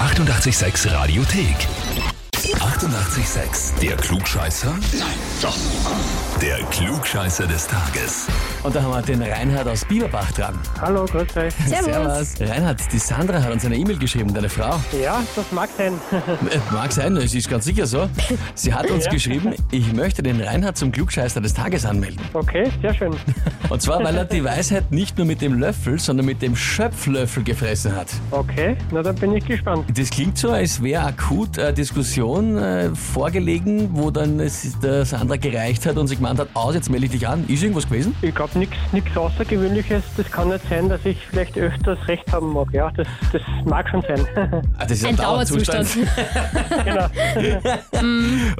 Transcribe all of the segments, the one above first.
886 Radiothek. 88,6. Der Klugscheißer? Nein, doch. Der Klugscheißer des Tages. Und da haben wir den Reinhard aus Bieberbach dran. Hallo, grüß euch. Servus. Reinhard, die Sandra hat uns eine E-Mail geschrieben, deine Frau. Ja, das mag sein. Äh, Mag sein, es ist ganz sicher so. Sie hat uns geschrieben, ich möchte den Reinhard zum Klugscheißer des Tages anmelden. Okay, sehr schön. Und zwar, weil er die Weisheit nicht nur mit dem Löffel, sondern mit dem Schöpflöffel gefressen hat. Okay, na dann bin ich gespannt. Das klingt so, als wäre akut äh, Diskussion äh, vorgelegen, wo dann es der Sandra gereicht hat und sie gemeint hat, aus, jetzt melde ich dich an. Ist irgendwas gewesen? Ich glaube, nichts Außergewöhnliches. Das kann nicht sein, dass ich vielleicht öfters recht haben mag. Ja, das, das mag schon sein. Ah, das ist Ein Dauerzustand. genau.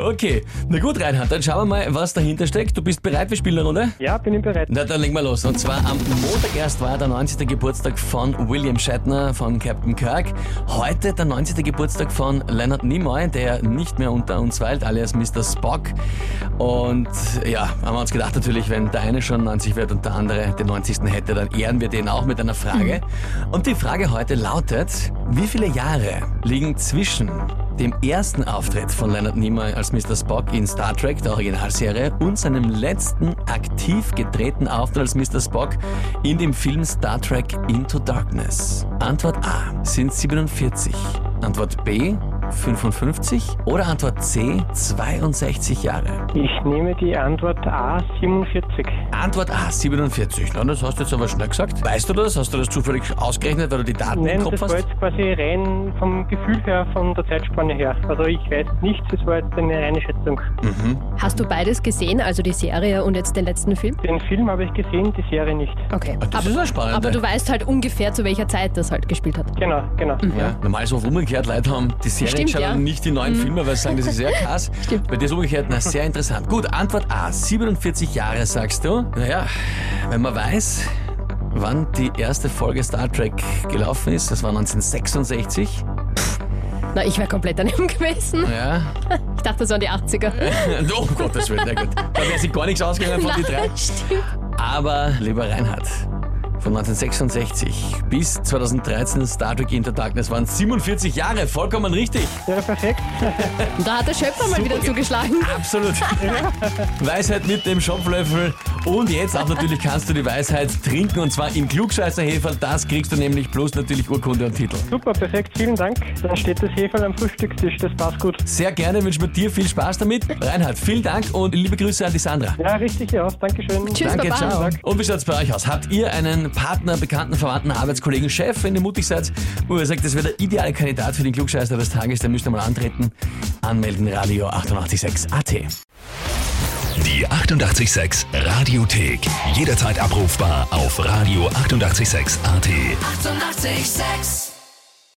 Okay, na gut, Reinhard, dann schauen wir mal, was dahinter steckt. Du bist bereit für Spielerrunde? Ja, bin ich bereit. Na, dann legen wir los. Und zwar am Montag erst war der 90. Geburtstag von William Shatner, von Captain Kirk. Heute der 90. Geburtstag von Leonard Nimoy, der nicht mehr unter uns weilt, alias Mr. Spock. Und ja, haben wir uns gedacht natürlich, wenn der eine schon 90 wird und der andere den 90. hätte, dann ehren wir den auch mit einer Frage. Und die Frage heute lautet, wie viele Jahre liegen zwischen dem ersten Auftritt von Leonard Nimoy als Mr. Spock in Star Trek, der Originalserie, und seinem letzten aktiv gedrehten Auftritt als Mr. Spock in dem Film Star Trek Into Darkness? Antwort A sind 47, Antwort B 55 oder Antwort C 62 Jahre. Ich nehme die Antwort A47. Antwort A 47. Na, das hast du jetzt aber schnell gesagt. Weißt du das? Hast du das zufällig ausgerechnet, weil du die Daten im Nein, Kopf das hast? war jetzt quasi rein vom Gefühl her, von der Zeitspanne her. Also ich weiß nichts, das war jetzt eine reine Schätzung. Hm. Hast du beides gesehen, also die Serie und jetzt den letzten Film? Den Film habe ich gesehen, die Serie nicht. Okay. Ah, das ist eine spannende. aber du weißt halt ungefähr, zu welcher Zeit das halt gespielt hat. Genau, genau. Ja, normal ist oft umgekehrt, Leute haben die Serien Stimmt, schauen ja. Mhm. nicht die neuen Filme, weil sie sagen, das ist sehr krass. Stimmt. Bei dir ist umgekehrt, na, sehr interessant. Gut, Antwort A, 47 Jahre, sagst du. Naja, wenn man weiß, wann die erste Folge Star Trek gelaufen ist, das war 1966. Na, ich wäre komplett daneben gewesen. Ja, Ich dachte so an die 80er. oh, um Gottes Willen, na gut. Da wäre sich gar nichts ausgegangen von den drei. Nein, stimmt. Aber, lieber Reinhard, von 1966 bis 2013 Star Trek Into Darkness waren 47 Jahre, vollkommen richtig. Ja, perfekt. Und da hat der Schöpfer mal wieder zugeschlagen. Absolut. Weisheit mit dem Schopflöffel. Und jetzt auch natürlich kannst du die Weisheit trinken und zwar im Klugscheißerhefer. Das kriegst du nämlich plus natürlich Urkunde und Titel. Super, perfekt, vielen Dank. Dann steht das Heferl am Frühstückstisch, das passt gut. Sehr gerne wünsche mir dir viel Spaß damit. Reinhard, vielen Dank und liebe Grüße an die Sandra. Ja, richtig hier aus, Dankeschön. Tschüss, Danke, Baba. ciao. Und wie schaut's bei euch aus? Habt ihr einen Partner, Bekannten, Verwandten, Arbeitskollegen, Chef, wenn ihr mutig seid, wo ihr sagt, das wäre der ideale Kandidat für den Klugscheißer des Tages, dann müsst ihr mal antreten. Anmelden, Radio 886 AT. Die 88,6 Radiothek. Jederzeit abrufbar auf radio886.at. 88,6. Eighty-eight, sex.